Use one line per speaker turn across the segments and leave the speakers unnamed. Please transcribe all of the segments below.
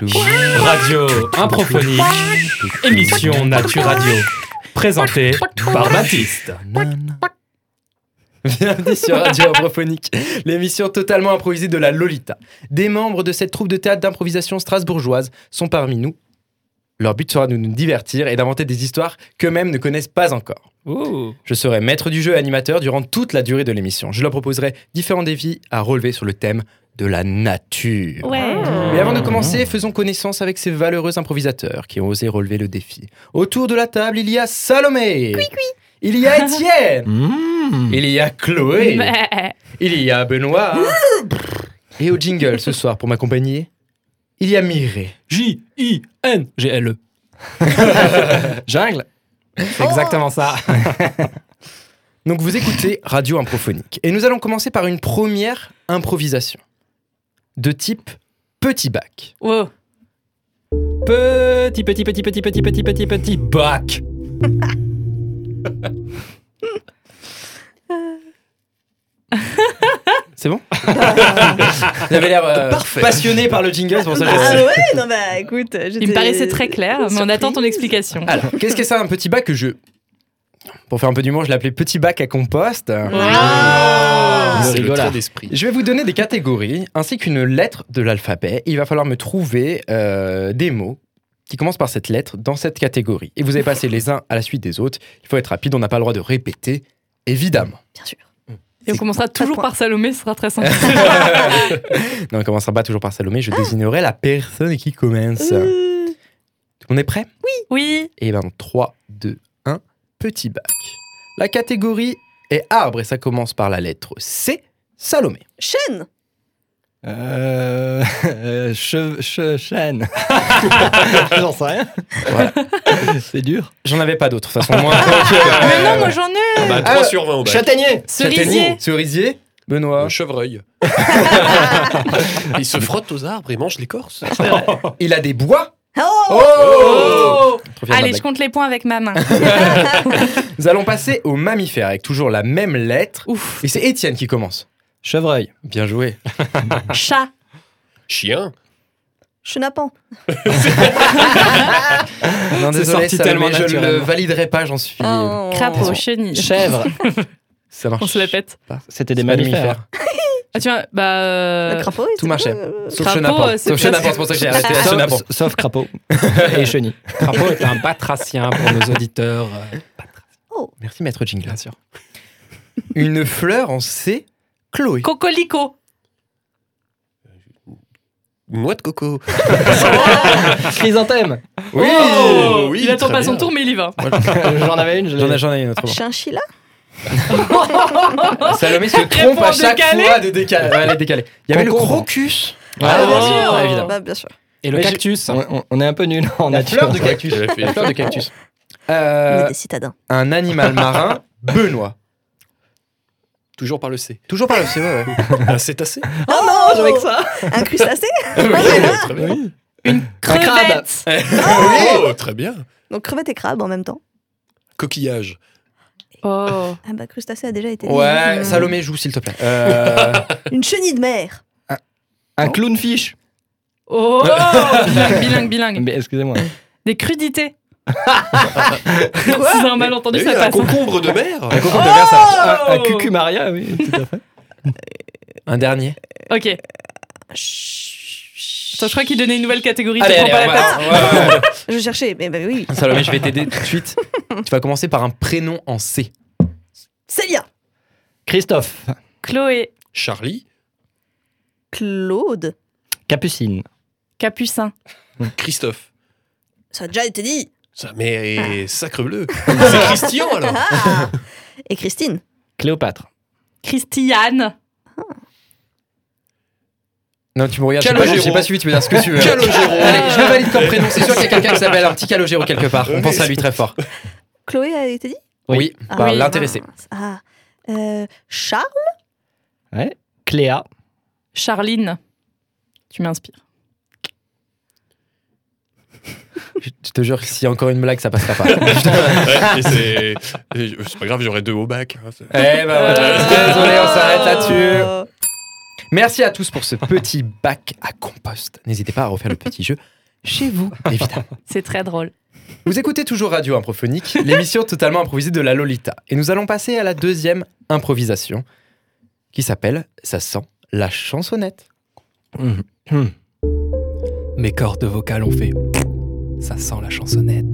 Radio Improphonique, émission Nature Radio, présentée par Baptiste.
Bienvenue sur Radio Improphonique, l'émission totalement improvisée de la Lolita. Des membres de cette troupe de théâtre d'improvisation strasbourgeoise sont parmi nous. Leur but sera de nous divertir et d'inventer des histoires qu'eux-mêmes ne connaissent pas encore.
Ouh.
Je serai maître du jeu et animateur durant toute la durée de l'émission. Je leur proposerai différents défis à relever sur le thème de la nature.
Ouais.
Ah.
Mais avant de commencer, faisons connaissance avec ces valeureux improvisateurs qui ont osé relever le défi. Autour de la table, il y a Salomé. Il y a Étienne.
Mmh.
Il y a Chloé.
Bah,
Il y a Benoît. Et au jingle ce soir pour m'accompagner, il y a Miré.
J-I-N-G-L-E. E. Jungle C'est exactement ça.
Donc vous écoutez Radio Improphonique. Et nous allons commencer par une première improvisation. De type petit bac.
wow.
Petit, petit, petit, petit, petit, petit, petit, petit bac.
C'est bon Vous avez l'air euh, passionné par le jingle, c'est pour ça que
Ah ouais, non bah écoute,
Il me paraissait très clair, mais on
surprise. Ah,
attend ton explication.
Alors, qu'est-ce que c'est un petit bac que je... Pour faire un peu d'humour, je l'appelais petit bac à compost.
Ah
C'est le
Rigola.
trait d'esprit.
Je vais vous donner des catégories ainsi qu'une lettre de l'alphabet. Il va falloir me trouver euh, des mots qui commencent par cette lettre dans cette catégorie. Et vous allez passer les uns à la suite des autres. Il faut être rapide, on n'a pas le droit de répéter, évidemment.
Bien sûr.
Et on commencera toujours
point.
par Salomé, ce sera très simple.
Non, on commencera pas toujours par Salomé, je désignerai la personne qui commence.
Euh,
On est prêt
Oui.
Et ben 3, 2, 1, petit bac. La catégorie est arbre et ça commence par la lettre C, Salomé.
Chêne
Euh. euh, che- che- Chêne. J'en sais rien.
Voilà.
C'est dur.
J'en avais pas d'autres, de toute façon, moi.
Mais non, moi j'en ai.
Bah,
Ah,
3 sur 20 au bac.
Châtaignier
Cerisier.
Cerisier Benoît.
Un chevreuil. Il se frotte aux arbres et mange l'écorce.
Il a des bois
Oh
Oh, Trop fier de ma
Allez,
blague.
je compte les points avec ma main.
Oh.
Nous allons passer aux mammifères avec toujours la même lettre.
Ouf.
Et c'est Étienne qui commence.
Chevreuil.
Bien joué.
Chat.
Chien.
Chenapan
Non,
C'est
désolé,
sorti
Salomé,
tellement
je ne le
naturellement.
validerai pas, j'en suis.
Oh.
Crapaud. Chenille.
Chèvre.
Ça marche.
On se la pète.
pas.
C'était des
C'est pas
mammifères.
mammifère.
Ah, tu vois, bah. euh,
Le crapaud, il
tout
sait
marchait.
pas, euh,
Sauf
Crapaud,
Chenapan.
euh, c'est
Sauf
presque-
Chenapan, c'est pour ça que j'ai arrêté.
Ah.
Chenapan.
Sauf, sauf crapaud et chenille.
Crapaud est un batracien pour nos auditeurs.
Merci, maître Jingle. Bien sûr. Une fleur en C, Chloé.
Cocolico.
Noix de coco.
Chrysanthème.
Oui,
Oh,
oui,
il attend
très
pas son
bien.
tour, mais il y va.
J'en avais une. je l'ai-
J'en ai, j'en ai une autre.
Chinchilla
Ah, Salomé se trompe à
Réponse
chaque
décalée.
fois de décaler. Ouais, elle est décalée. Il y avait le
Concombre.
crocus.
Ah, bien
oh,
sûr
ouais, évidemment.
Bah, bien sûr.
Et le
Mais je-
cactus.
On, on- on est un peu nuls en
hein. La
nature.
fleur de cactus.
J'avais fait-
La fleur de cactus.
On
Euh,
est des citadins.
un animal marin, Benoît.
Toujours par le C. Ah,
Toujours par le C, E, ouais, ouais.
Un cétacé.
Oh non J'avais que ça Un crustacé
Ah Très bien.
crabe.
Crevette.
Oh, très bien.
Donc crevette et crabe en même temps.
Coquillage.
Oh.
Ah bah crustacé a déjà été dit.
Ouais, Salomé joue s'il te plaît. Euh,
Une chenille de mer
Un clownfish.
Oh. bilingue, bilingue, bilingue.
Mais excusez-moi.
Des crudités. C'est un malentendu,
Eh,
ça
un
passe.
concombre de mer.
un concombre de oh. mer, ça marche.
Un, un cucumaria, oui, tout à fait.
Ah Un dernier.
Ok.
Ah,
Attends, je crois qu'il donnait une nouvelle catégorie. tu prends pas
on
la
va- ouais, ouais,
Ah Je cherchais, mais bah oui.
ouais. Salomé, je vais t'aider tout de suite. Tu vas commencer par un prénom en C.
Célia
Christophe.
tête. Chloé.
Charlie.
Claude
Capucine.
Capucin.
Christophe.
Ça a déjà été dit
Ça, mais sacre bleu. C'est Christian alors.
Ah Et Christine
Cléopâtre.
Christiane.
Non, tu me regardes, j'ai pas,
Calogero.
j'ai pas suivi, tu peux dire ce que tu veux.
Calogero.
Allez, je le valide comme prénom. C'est sûr qu'il y a quelqu'un qui s'appelle un petit Calogero quelque part. On
Oui.
pense à lui très fort.
Chloé a été dit
Oui.
Oui, Bah,
Ah
par
oui,
l'intéressé.
mince. Ah. Euh, Charles
Ouais. Cléa.
Charline. Tu m'inspires.
Je-
Je te jure, que s'il y a encore une blague, ça passera pas. Eh ben
Ouais, et c'est et c'est pas grave, j'aurai deux au bac. hein, c'est-
eh ben voilà.
Euh.
Désolé, on s'arrête là-dessus.
Oh.
Merci à tous pour ce petit bac à compost. N'hésitez pas à refaire le petit jeu chez vous, évidemment.
C'est très drôle.
Vous écoutez toujours Radio Improphonique, l'émission totalement improvisée de la Lolita. Et nous allons passer à la deuxième improvisation qui s'appelle Ça sent la chansonnette.
Mes cordes vocales ont fait. Ça sent la chansonnette.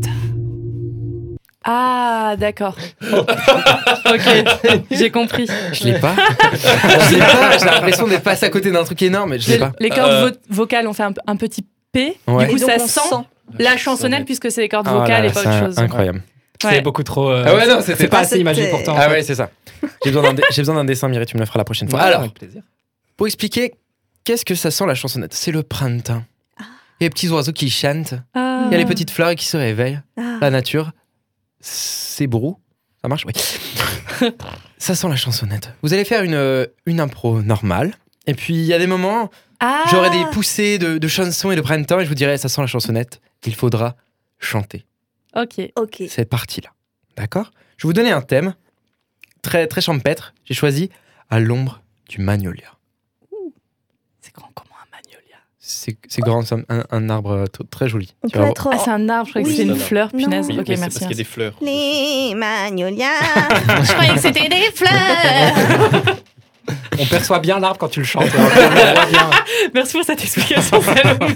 Ah, d'accord. ok, j'ai compris.
Je l'ai pas. je l'ai pas. J'ai l'impression d'être passé à côté d'un truc énorme, mais je l'ai
Les,
pas.
les cordes
Euh.
vo- vocales ont fait un, un petit P.
Ouais. Oh Ah
Du coup,
Et donc,
ça
on
sent,
sent.
la chansonnette puisque c'est les cordes vocales et pas autre chose.
Incroyable.
Ouais.
C'est beaucoup trop. euh,
Ah ouais, non, c'était
c'est pas
pas.
assez imagé pourtant.
Ah ouais, c'est ça. J'ai besoin d'un dé- j'ai besoin d'un dessin, Mireille, tu me le feras la prochaine fois. Alors, Pour expliquer, qu'est-ce que ça sent la chansonnette C'est le printemps. Il y a les petits oiseaux qui chantent,
Ah.
il y a les petites fleurs qui se réveillent,
Ah.
la nature, c'est brou. Ça marche Oui. ça sent la chansonnette. Vous allez faire une, euh, une impro normale. Et puis, il y a des moments,
Ah.
j'aurai des poussées de, de chansons et de printemps, et je vous dirai, ça sent la chansonnette. Il faudra chanter
Ok.
Ok.
cette partie-là. D'accord Je vais vous donner un thème très, très champêtre. J'ai choisi à l'ombre du magnolia.
C'est grand comment un magnolia.
C'est c'est grand, c'est un, un arbre t- très joli.
On
Tu
peut
vas voir.
être.
Ah, c'est un arbre, je croyais que
Oui.
c'était
Non.
une fleur,
Non.
punaise.
Oui,
ok,
mais c'est parce
merci. hein.
qu'il y a des fleurs.
Les magnolias.
Je croyais que c'était des fleurs.
On perçoit bien l'arbre quand tu le chantes. on le voit bien.
merci pour cette explication, Salomé.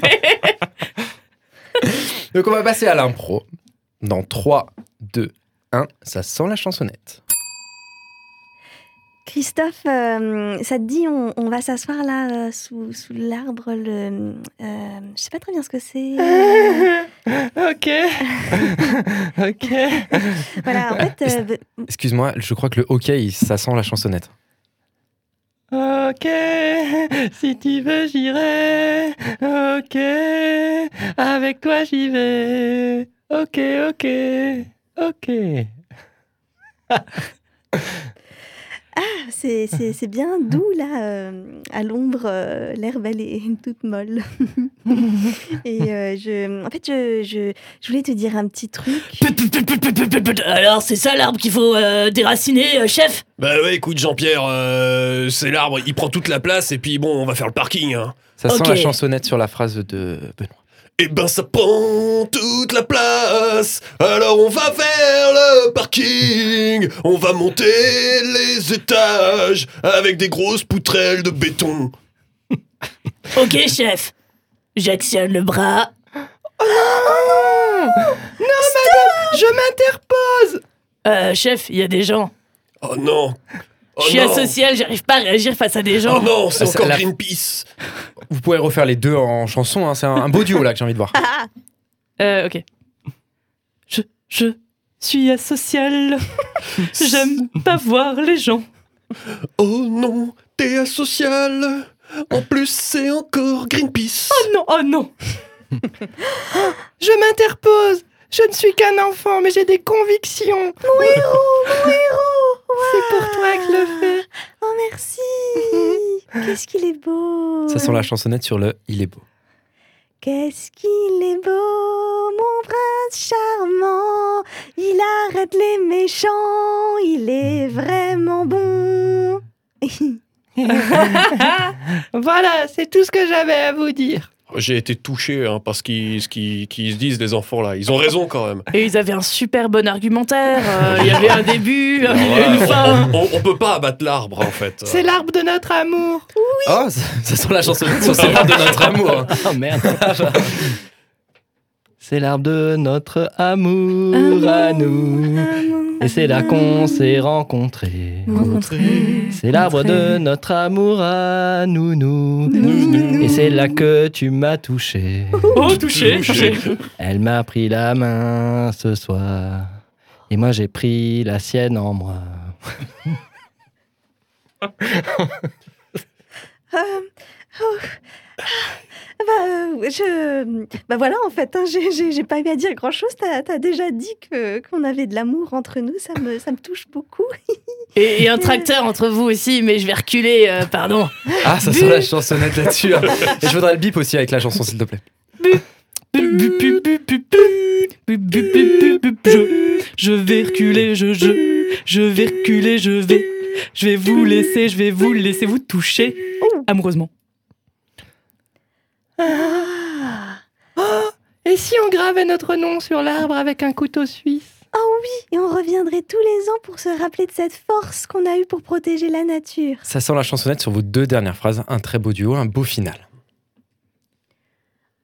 Donc on va passer à l'impro. Dans 3, 2, 1, ça sent la chansonnette.
Christophe, euh, ça te dit, on, on va s'asseoir là euh, sous, sous l'arbre. Le, euh, je sais pas très bien ce que c'est. Euh,
Ok. ok.
voilà, en fait, euh,
Excuse-moi, je crois que le hockey, il- ça sent la chansonnette.
Ok,
Eh,
si tu veux, j'irai. Ok, avec toi, j'y vais. Ok, ok, ok.
c'est, c'est- c'est bien doux là, euh, à l'ombre, euh, l'herbe elle est toute molle. Et euh, je, en fait, je, je, je voulais te dire un petit truc.
Alors, c'est ça l'arbre qu'il faut euh, déraciner, euh, chef
Bah ouais, écoute, Jean-Pierre, euh, c'est l'arbre, il prend toute la place, et puis bon, on va faire le parking. Hein.
Ça sent
Ok.
la chansonnette sur la phrase de Benoît.
Eh ben ça prend toute la place, alors on va vers le parking, on va monter les étages avec des grosses poutrelles de béton.
Ok, chef. J'actionne le bras. non, madame, je m'interpose Euh, chef, il y a des gens.
Oh non oh
je suis
non.
asocial, j'arrive pas à réagir face à des
Oh
gens.
non, c'est
Ah, ça-
encore
la-
Greenpeace
Vous pouvez refaire les deux en chanson, hein, c'est un, un beau duo là que j'ai envie de voir.
Oh.
Euh, ok. Je, je suis asocial. J'aime pas voir les gens.
Oh non, t'es asocial En plus, c'est encore Greenpeace
Oh non, oh non.
Je m'interpose. Je ne suis qu'un enfant, mais j'ai des convictions. C'est pour toi que je le fais.
Oh merci Qu'est-ce qu'il est beau
Ça sent la chansonnette sur le Il est beau.
Qu'est-ce qu'il est beau, mon prince charmant. Il arrête les méchants, il est vraiment bon.
Voilà, c'est tout ce que j'avais à vous dire.
J'ai été touché hein, par ce qu'ils ce qu'ils- qu'ils se disent, les enfants là. Ils ont raison quand même.
Et ils avaient un super bon argumentaire. euh, Il y avait un début, un milieu, une
Ouais,
fin.
on, on- on peut pas abattre l'arbre en fait.
C'est l'arbre de notre amour.
Oh, ça, ça sent la chansonnette sur celle de notre amour. hein.
Oh merde. c'est l'arbre de notre amour, à nous. Et c'est là qu'on s'est rencontrés. C'est l'arbre de notre amour à nounou. Et c'est là que tu m'as touché.
Oh, touché, touché.
Elle m'a pris la main ce soir. Et moi, j'ai pris la sienne en moi.
Bah, euh, je... bah voilà, en fait, hein, j'ai- j'ai j'ai pas eu à dire grand-chose. T'as as déjà dit que- qu'on avait de l'amour entre nous, ça me, ça me touche beaucoup.
Et, et un tracteur entre vous aussi, mais je vais reculer, euh, pardon.
Ah, ça sent la chansonnette là-dessus. hein. Et je voudrais le bip aussi avec la chanson, s'il te plaît.
Bu, bu, bu, bu, bu, bu.
bup, bup, bup, bup, je, je vais reculer, je, je, je vais reculer, je vais, je vais vous laisser, je vais vous laisser vous toucher amoureusement.
Ah Et si on gravait notre nom sur l'arbre avec un couteau suisse
Oh Et on reviendrait tous les ans pour se rappeler de cette force qu'on a eue pour protéger la nature.
Ça sent la chansonnette sur vos deux dernières phrases. Un très beau duo, un beau final.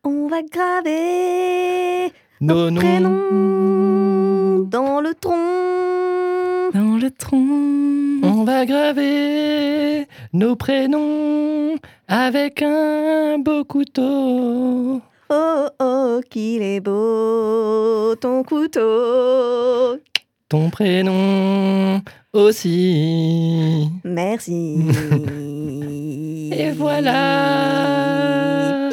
On va graver
Non,
prénom dans le tronc.
Dans le tronc.
On va graver nos prénoms avec un beau couteau.
Oh oh, qu'il est beau ton couteau.
Ton prénom aussi.
Merci.
Et voilà.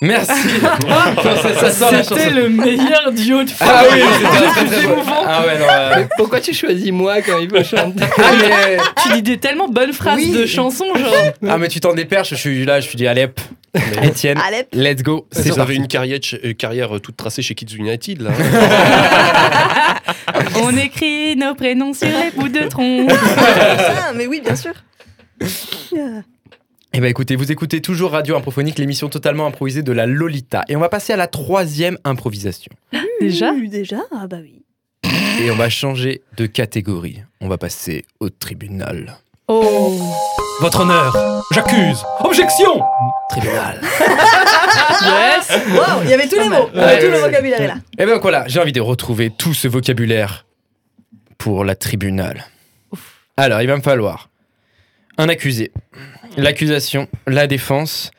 Merci Ça sent la
C'était
chanson.
le meilleur duo de
Ah
femmes.
oui, c'était très, très beau.
émouvant.
Ah ouais, non. euh,
Mais pourquoi tu choisis moi quand il veut chanter
ah, mais...
Tu dis des tellement bonnes phrases
Oui.
de chansons, genre.
ah, mais tu t'en déperches, je suis là, je suis dit, allez hop, Étienne,
Allez,
let's go, c'est
Vous avez
parti.
une carrière, euh, carrière euh, toute tracée chez Kids United, là. hein.
On écrit nos prénoms sur les bouts de tronc.
ah, mais oui, bien sûr. Euh,
Eh ben écoutez, vous écoutez toujours Radio Improphonique, l'émission totalement improvisée de la Lolita. Et on va passer à la troisième improvisation.
Déjà
oui, Déjà Ah bah oui.
Et on va changer de catégorie. On va passer au tribunal.
Oh.
Votre honneur, j'accuse. Objection
Tribunal.
Yes.
Waouh, il y avait tous les mots, il y
Ouais,
avait tout
ouais,
le
ouais.
vocabulaire est là.
Eh ben donc voilà, j'ai envie de retrouver tout ce vocabulaire pour la tribunal. Alors, il va me falloir un accusé, l'accusation, la défense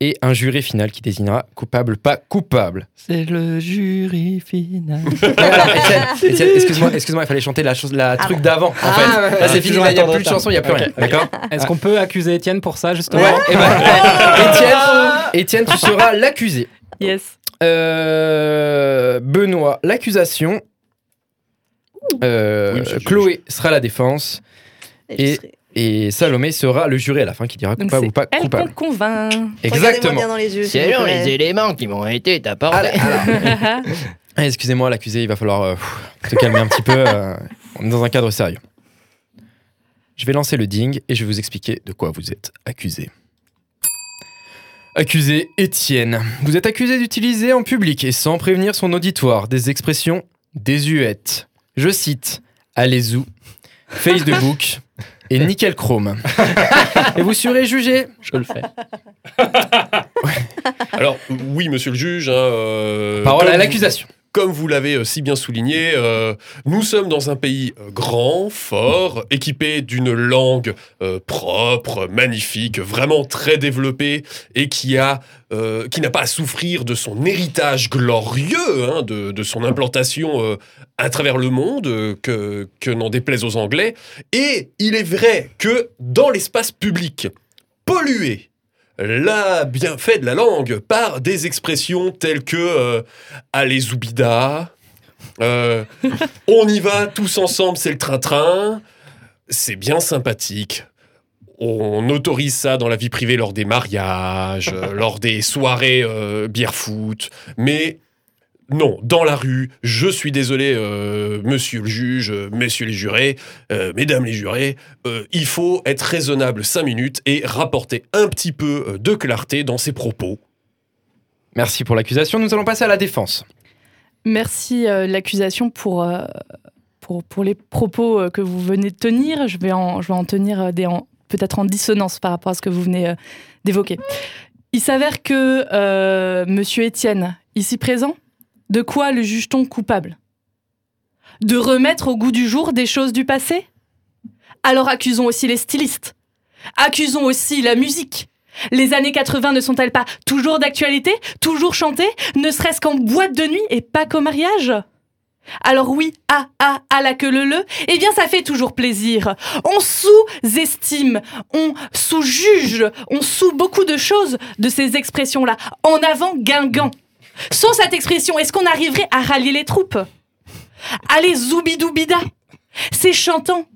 et un jury final qui désignera coupable, pas coupable.
C'est le jury final.
Mais alors,
Ah.
Étienne, Étienne, excuse-moi, excuse-moi, il fallait chanter la, chose, la truc d'avant, en fait.
Ah, ouais,
Là, c'est
ouais,
fini,
toujours
là, il n'y a
attendre
plus de
retard.
chanson, il n'y a plus
Ok.
rien. D'accord
Est-ce qu'on peut accuser Étienne pour ça, justement
Ouais, eh ben, Étienne, Étienne, tu seras l'accusé.
Yes.
Euh, Benoît, l'accusation. Euh,
Oui, monsieur le
Chloé sera la défense
je
Et-
serai-
et Salomé sera le juré à la fin qui dira
Donc
coupable
c'est
ou pas
elle qu'on
coupable.
convainc.
Regardez-moi bien
Exactement.
dans les yeux. s'il vous plaît.
éléments qui m'ont été
Allez,
apportés.
Ah, Excusez-moi, l'accusé, il va falloir euh, pff, te calmer un petit peu. euh, on est dans un cadre sérieux. Je vais lancer le ding et je vais vous expliquer de quoi vous êtes accusé. Accusé Étienne. Vous êtes accusé d'utiliser en public et sans prévenir son auditoire des expressions désuètes. Je cite Allez-vous, Face de Book et Nickel Chrome. Et vous serez jugé.
Je le fais.
Alors, oui, monsieur le juge. hein, euh,
Parole
comme
à
vous-
l'accusation.
Comme vous l'avez euh, si bien souligné, euh, nous sommes dans un pays euh, grand, fort, équipé d'une langue euh, propre, magnifique, vraiment très développée et qui a, euh, qui n'a pas à souffrir de son héritage glorieux, hein, de, de son implantation euh, à travers le monde, euh, que, que n'en déplaise aux Anglais. Et il est vrai que dans l'espace public, pollué, la bienfait de la langue par des expressions telles que euh, Allez Zoubida. Euh, on y va tous ensemble, c'est le train-train. C'est bien sympathique. On autorise ça dans la vie privée lors des mariages, euh, lors des soirées euh, bière foot. Mais non, dans la rue, je suis désolé, euh, monsieur le juge, euh, messieurs les jurés, euh, mesdames les jurés, euh, il faut être raisonnable cinq minutes et rapporter un petit peu euh, de clarté dans ses propos.
Merci pour l'accusation. Nous allons passer à la défense.
Merci euh, l'accusation pour, euh, pour, pour les propos euh, que vous venez de tenir. Je vais en, je vais en tenir euh, des en- peut-être en dissonance par rapport à ce que vous venez euh, d'évoquer. Il s'avère que euh, Monsieur Étienne, ici présent, de quoi le juge-t-on coupable De remettre au goût du jour des choses du passé Alors accusons aussi les stylistes. Accusons aussi la musique. Les années 80 ne sont-elles pas toujours d'actualité, toujours chantées ne serait-ce qu'en boîte de nuit et pas qu'au mariage alors oui, ah ah ah la queue le le, eh bien ça fait toujours plaisir. On sous-estime, on sous-juge, on sous beaucoup de choses de ces expressions-là. En avant Guingamp. Sans cette expression, est-ce qu'on arriverait à rallier les troupes Allez zoubidoubida, c'est chantant,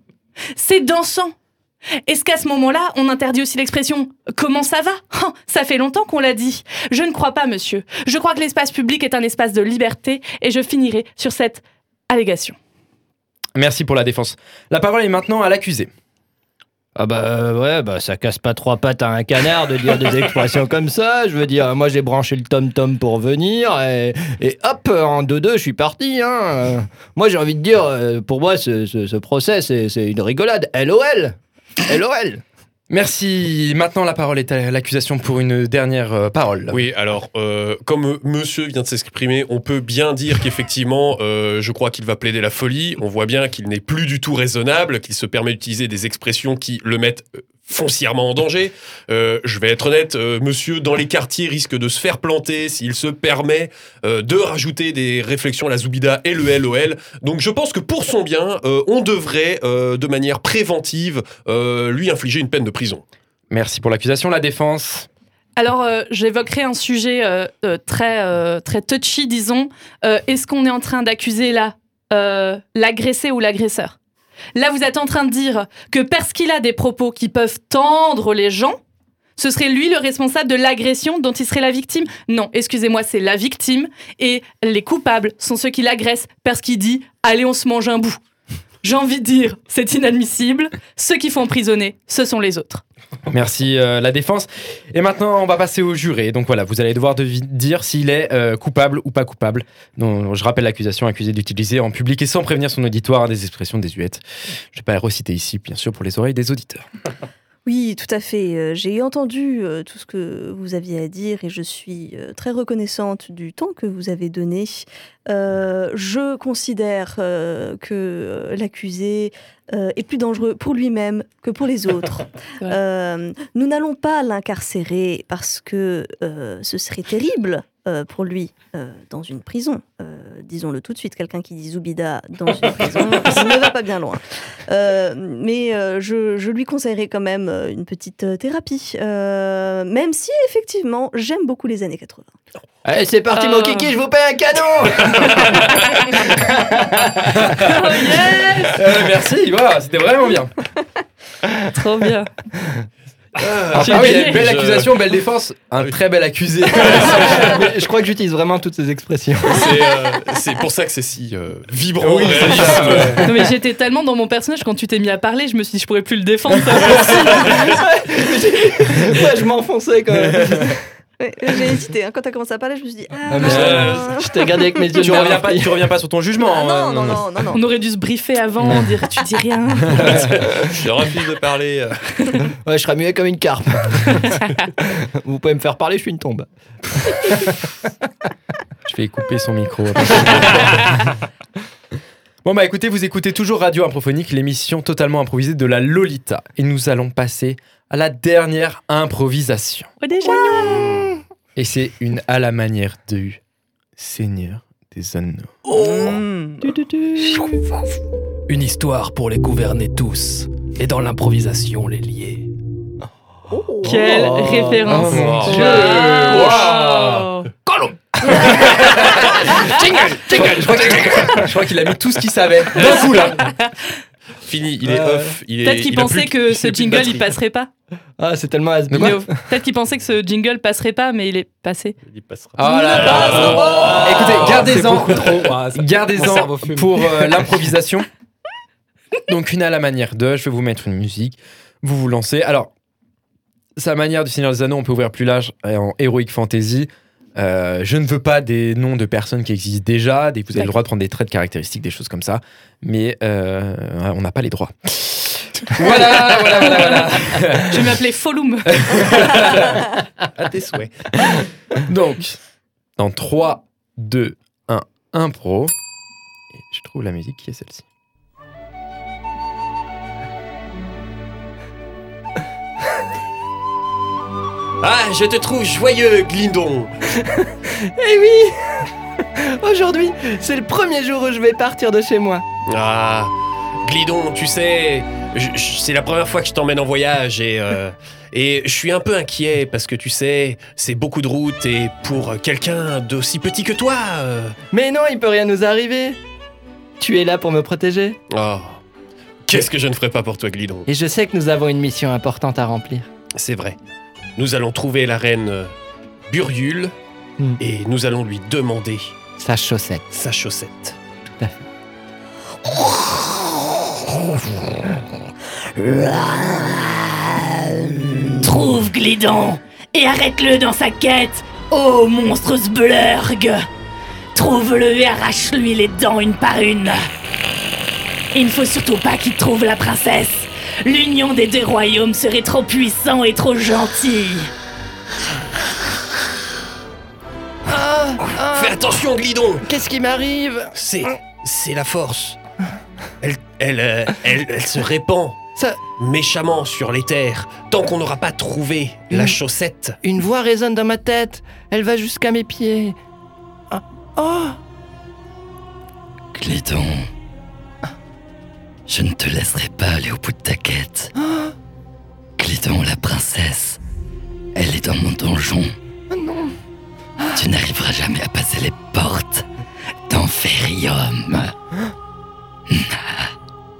c'est dansant, Est-ce qu'à ce moment-là, on interdit aussi l'expression Comment ça va Ah, Ça fait longtemps qu'on l'a dit. Je ne crois pas, monsieur. Je crois que l'espace public est un espace de liberté et je finirai sur cette allégation.
Merci pour la défense. La parole est maintenant à l'accusé.
Ah bah euh, ouais, bah ça casse pas trois pattes à un canard de dire des expressions comme ça. Je veux dire, moi j'ai branché le tom-tom pour venir et, et hop, en 2-2, je suis parti. Hein. Euh, Moi j'ai envie de dire, euh, pour moi ce, ce- ce procès c'est c'est une rigolade. LOL LOL
Merci. Maintenant, la parole est à l'accusation pour une dernière euh, parole.
Oui, alors, euh, comme euh, monsieur vient de s'exprimer, on peut bien dire qu'effectivement, euh, je crois qu'il va plaider la folie. On voit bien qu'il n'est plus du tout raisonnable, qu'il se permet d'utiliser des expressions qui le mettent euh, foncièrement en danger. Euh, je vais être honnête, euh, monsieur, dans les quartiers, risque de se faire planter s'il se permet euh, de rajouter des réflexions à la Zoubida et le LOL. Donc je pense que pour son bien, euh, on devrait, euh, de manière préventive, euh, lui infliger une peine de prison.
Merci pour l'accusation. La défense.
Alors, euh, j'évoquerai un sujet euh, euh, très, euh, très touchy, disons. Euh, Est-ce qu'on est en train d'accuser là euh, l'agressé ou l'agresseur Là, vous êtes en train de dire que parce qu'il a des propos qui peuvent tendre les gens, ce serait lui le responsable de l'agression dont il serait la victime Non, excusez-moi, c'est la victime et les coupables sont ceux qui l'agressent parce qu'il dit Allez, on se mange un bout. J'ai envie de dire, c'est inadmissible. Ceux qui font emprisonner, ce sont les autres.
Merci euh, la défense. Et maintenant, on va passer au juré. Donc voilà, vous allez devoir devi- dire s'il est euh, coupable ou pas coupable. Donc, je rappelle l'accusation accusée d'utiliser en public et sans prévenir son auditoire des expressions désuètes. Je ne vais pas les reciter ici, bien sûr, pour les oreilles des auditeurs.
Oui, tout à fait. Euh, J'ai entendu euh, tout ce que vous aviez à dire et je suis euh, très reconnaissante du temps que vous avez donné. Euh, je considère euh, que euh, l'accusé euh, est plus dangereux pour lui-même que pour les autres.
C'est vrai.
Euh, nous n'allons pas l'incarcérer parce que euh, ce serait terrible. euh, pour lui, euh, dans une prison. Euh, Disons-le tout de suite, quelqu'un qui dit Zoubida dans une prison ne va pas bien loin. Euh, mais euh, je, je lui conseillerais quand même euh, une petite euh, thérapie, Euh, même si effectivement j'aime beaucoup les années 80.
Allez, c'est parti mon
Ah.
kiki, je vous paye un canon
Euh, merci, voilà, c'était vraiment bien.
Trop bien.
Ah,
J'ai
oui,
gagné.
belle
Je-
accusation, belle défense. Un très bel accusé.
Mais Je crois que j'utilise vraiment toutes ces expressions.
C'est euh, c'est pour ça que c'est si euh, vibrant.
Oui, c'est
réaliste.
ça, ouais.
Non, mais j'étais tellement dans mon personnage quand tu t'es mis à parler, je me suis dit je pourrais plus le défendre.
ouais, je m'enfonçais quand même.
Ouais, J'ai hésité, hein. quand tu as commencé à parler, je me suis dit Ah,
Ah, mais
euh,
Je t'ai regardé avec mes yeux
tu,
de
reviens
Bernard
pas,
Pie.
tu reviens pas sur ton jugement.
ah,
hein,
non, non, non, non, non.
On aurait dû se briefer avant, dire tu dis rien.
Je refuse de parler. euh.
Ouais, je serais muet comme une carpe. vous pouvez me faire parler, je suis une tombe.
Je vais couper son micro. bon bah écoutez, vous écoutez toujours Radio Improphonique, l'émission totalement improvisée de la Lolita. Et nous allons passer à la dernière improvisation.
Oh, déjà.
Et c'est une à la manière du Seigneur des Anneaux.
Mm.
Une histoire pour les gouverner tous et dans l'improvisation les lier.
Quelle
Oh.
référence.
Oh mon
Wow.
Dieu.
Wow.
Je crois qu'il- je crois qu'il a mis tout ce qu'il savait. D'un coup là.
Fini, il est
Ouais.
off. il est-
Peut-être qu'il
il a
pensait
plus-
que
a
ce
plus de
jingle
batterie.
il passerait pas.
Ah, c'est tellement has
Il est au- Peut-être qu'il pensait que ce jingle passerait pas, mais il est passé.
Il passera.
Oh là là. Écoutez,
Ah, C'est
gardez-en.
beaucoup trop. Ah, c'est- Mon
Gardez-en
cerveau fume.
pour euh, l'improvisation. Donc une à la manière de, je vais vous mettre une musique, vous vous lancez. Alors, sa manière du Seigneur des Anneaux, on peut ouvrir plus large euh, en Heroic Fantasy. Euh, je ne veux pas des noms de personnes qui existent déjà, des- vous avez le droit de prendre des traits de caractéristiques, des choses comme ça, mais euh, on n'a pas les droits. voilà, voilà, voilà, voilà.
Je vais m'appeler Folum.
À tes souhaits. Donc, dans 3, 2, 1, impro. Et je trouve la musique qui est celle-ci.
Ah, je te trouve joyeux, Glindon.
Eh oui Aujourd'hui, c'est le premier jour où je vais partir de chez moi.
Ah, Glidon, tu sais, je- je- c'est la première fois que je t'emmène en voyage et euh, et je suis un peu inquiet parce que tu sais, c'est beaucoup de route et pour quelqu'un d'aussi petit que toi. euh,
Mais non, il peut rien nous arriver. Tu es là pour me protéger.
Oh. Qu'est-ce que je ne ferai pas pour toi, Glidon
Et je sais que nous avons une mission importante à remplir.
C'est vrai. Nous allons trouver la reine euh, Buriule
Hmm.
et nous allons lui demander
Sa chaussette.
sa chaussette.
à
Trouve Glidon et arrête-le dans sa quête, ô monstre Sblurg Trouve-le et arrache-lui les dents une par une. Il ne faut surtout pas qu'il trouve la princesse. L'union des deux royaumes serait trop puissant et trop gentil.
Fais attention, Glidon
Qu'est-ce qui m'arrive
C'est. C'est la force. Elle, elle, euh, elle, elle se répand
Ça-
méchamment sur les terres tant qu'on n'aura pas trouvé la chaussette.
Une voix résonne dans ma tête. Elle va jusqu'à mes pieds. Ah, Oh
Clédon, je ne te laisserai pas aller au bout de ta quête. Clédon, la princesse, elle est dans mon donjon. Tu n'arriveras jamais à passer les portes d'Anferium.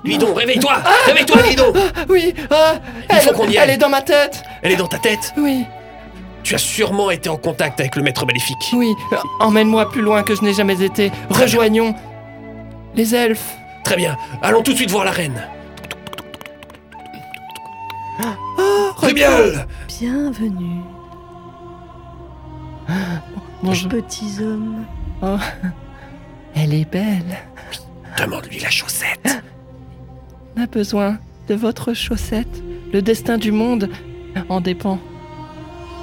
Glidon, réveille-toi Réveille-toi, Glidon
Oui ah, Elle,
faut qu'on y
elle
aille.
est dans ma tête
Elle est dans ta tête
Oui,
Tu as sûrement été en contact avec le maître maléfique.
oui. Euh, Emmène-moi plus loin que je n'ai jamais été. Rejoignons les elfes.
Très bien, allons tout de suite voir la reine. Très bien
Bienvenue,
Bonjour.
petits hommes.
Elle est belle.
Demande-lui la chaussette.
On a besoin de votre chaussette. Le destin du monde en dépend.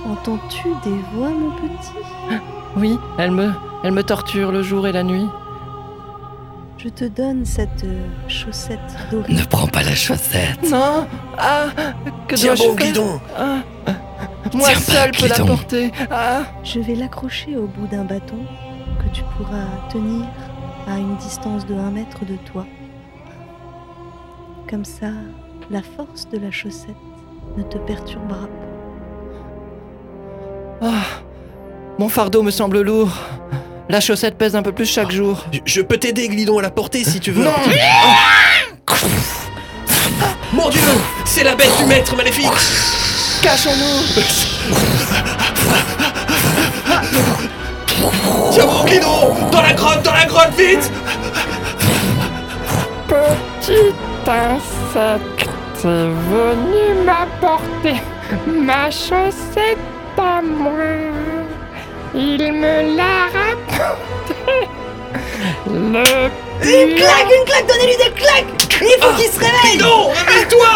Entends-tu des voix, mon petit
Oui, elle me, elle me torture le jour et la nuit.
Je te donne cette euh, chaussette dorée.
Ne prends pas la chaussette.
Non Ah Que
Tiens
dois-je
bon,
faire
Glidon
Ah. Moi
Tiens,
seul
bah,
peux la
Cléton.
porter. Ah.
Je vais l'accrocher au bout d'un bâton que tu pourras tenir à une distance de 1 mètre de toi. Comme ça, la force de la chaussette ne te perturbera pas.
Ah. Mon fardeau me semble lourd. La chaussette pèse un peu plus chaque jour.
Je- Je peux t'aider, Glidon, à la porter si tu veux. Ah.
Non
Mon dieu C'est la bête du maître maléfique
Cachons-nous
Tiens bon, Glidon Dans la grotte, dans la grotte, vite
Petit insecte est venu m'apporter ma chaussette à moi. Il me l'a rapportée. Le
une claque, donnez-lui des claques Il faut qu'il se réveille
Glidon, réveille-toi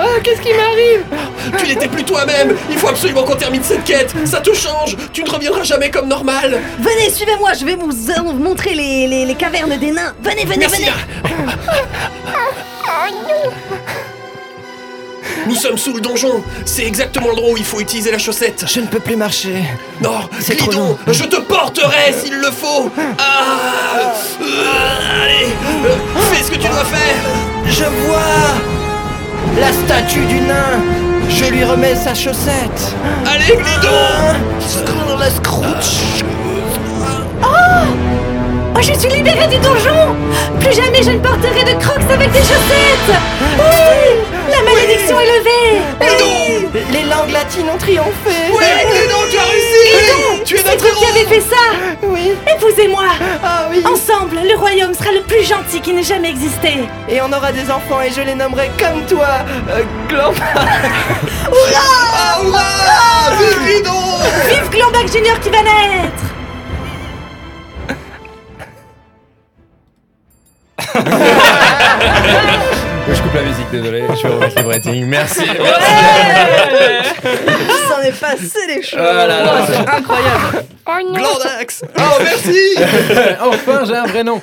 Oh, qu'est-ce qui m'arrive
Tu n'étais plus toi-même Il faut absolument qu'on termine cette quête Ça te change Tu ne reviendras jamais comme normal
Venez, suivez-moi, je vais vous euh, montrer les, les- les cavernes des nains. Venez, venez,
Merci
venez
Nous sommes sous le donjon C'est exactement l'endroit où il faut utiliser la chaussette
Je ne peux plus marcher.
Non,
C'est trop
Glidon,
long.
je te porterai s'il le faut Ah Euh, Allez euh, Fais ce que tu dois faire
Je vois la statue du nain. Je lui remets sa chaussette.
Allez, Glidon
Oh, je suis libérée du donjon Plus jamais je ne porterai de crocs avec des chaussettes Oui La malédiction est levée
Glidon
Les langues latines ont triomphé.
Oui, Glidon, tu as réussi Tu es notre
Qui
Oh.
héros
avait fait ça
Oui.
Épousez-moi
Ah oui.
Ensemble, le royaume sera le plus gentil qui n'ait jamais existé
Et on aura des enfants et je les nommerai comme toi, euh, Glampa.
Ah, hurrah Vive Glidon
Vive Glombac Junior qui va naître
Je coupe la musique, désolé. Je vais remettre les ratings. Merci.
Ça en est passé les choses
Oh non
Glandax Oh, merci
enfin, j'ai un vrai nom.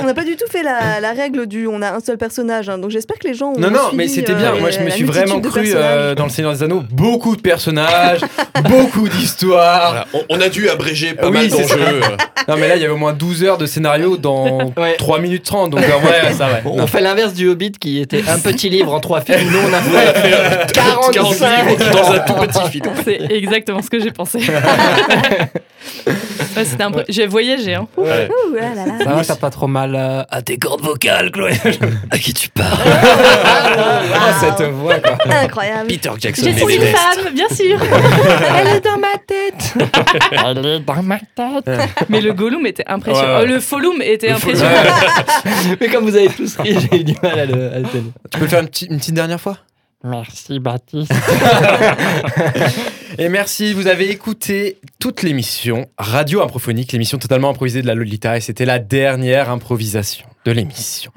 On n'a pas du tout fait la, la règle du on a un seul personnage, hein, donc j'espère que les gens ont
Non, non,
suivi,
mais c'était
euh,
bien. Moi, je
la
me suis
multitude
vraiment
de
cru
personnages.
euh, dans Le Seigneur des Anneaux. Beaucoup de personnages, beaucoup d'histoires.
on, a dû abréger
pas mal d'enjeux.
jeu.
Non, mais là, il y avait au moins 12 heures de scénario dans 3 minutes 30. Donc, en vrai, ça va.
On fait l'inverse du Hobbit qui était un petit livre en
Ah,
trois films. Nous, on a fait 45
dans un euh, tout petit film.
C'est exactement ce que j'ai pensé.
Ouais, c'était un peu- J'ai voyagé. Hein.
Ouais.
Ouh là là là.
Ça va, t'as pas trop mal euh, à tes cordes vocales, Chloé.
À qui tu parles
Ah, cette voix, quoi.
Incroyable.
Peter Jackson.
Je suis une
Médéveste.
femme, bien sûr.
Elle est dans ma tête. Elle est dans ma tête.
Mais le Gollum était impressionnant.
Ouais, ouais.
Euh, Le Follum était
Le Follum.
impressionnant.
Mais comme vous avez tous ri, j'ai eu du mal à le, à le tenir.
Tu peux le faire une, petite- une petite dernière fois
Merci Baptiste.
Et merci, vous avez écouté toute l'émission Radio Improphonique, l'émission totalement improvisée de la Lolita, et c'était la dernière improvisation de l'émission.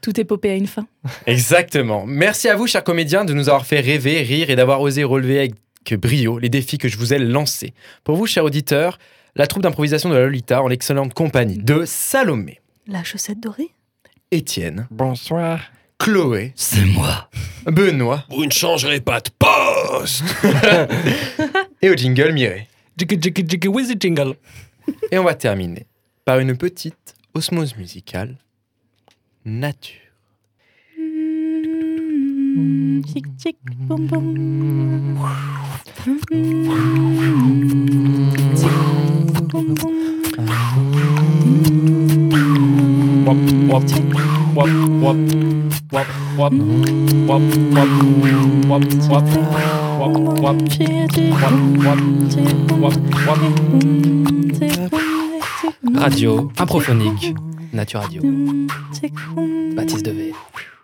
Tout épopée à une fin.
Exactement. Merci à vous, chers comédiens, de nous avoir fait rêver, rire et d'avoir osé relever avec brio les défis que je vous ai lancés. Pour vous, chers auditeurs, la troupe d'improvisation de la Lolita en l'excellente compagnie de Salomé,
La chaussette dorée.
Étienne,
Bonsoir.
Chloé,
C'est moi.
Benoît
Vous ne changerez pas de poste.
et au jingle Mireille.
Jiggy, jiggy, jiggy, wizzy jingle.
Et on va terminer par une petite osmose musicale nature.
Tic tic, boum boum.
Wap, wap, wap, wap, wap, wap, wap, wap, wap, wap, wap, wap, wap, wap, wap, wap. Radio improphonique. Nature Radio. Baptiste Devet.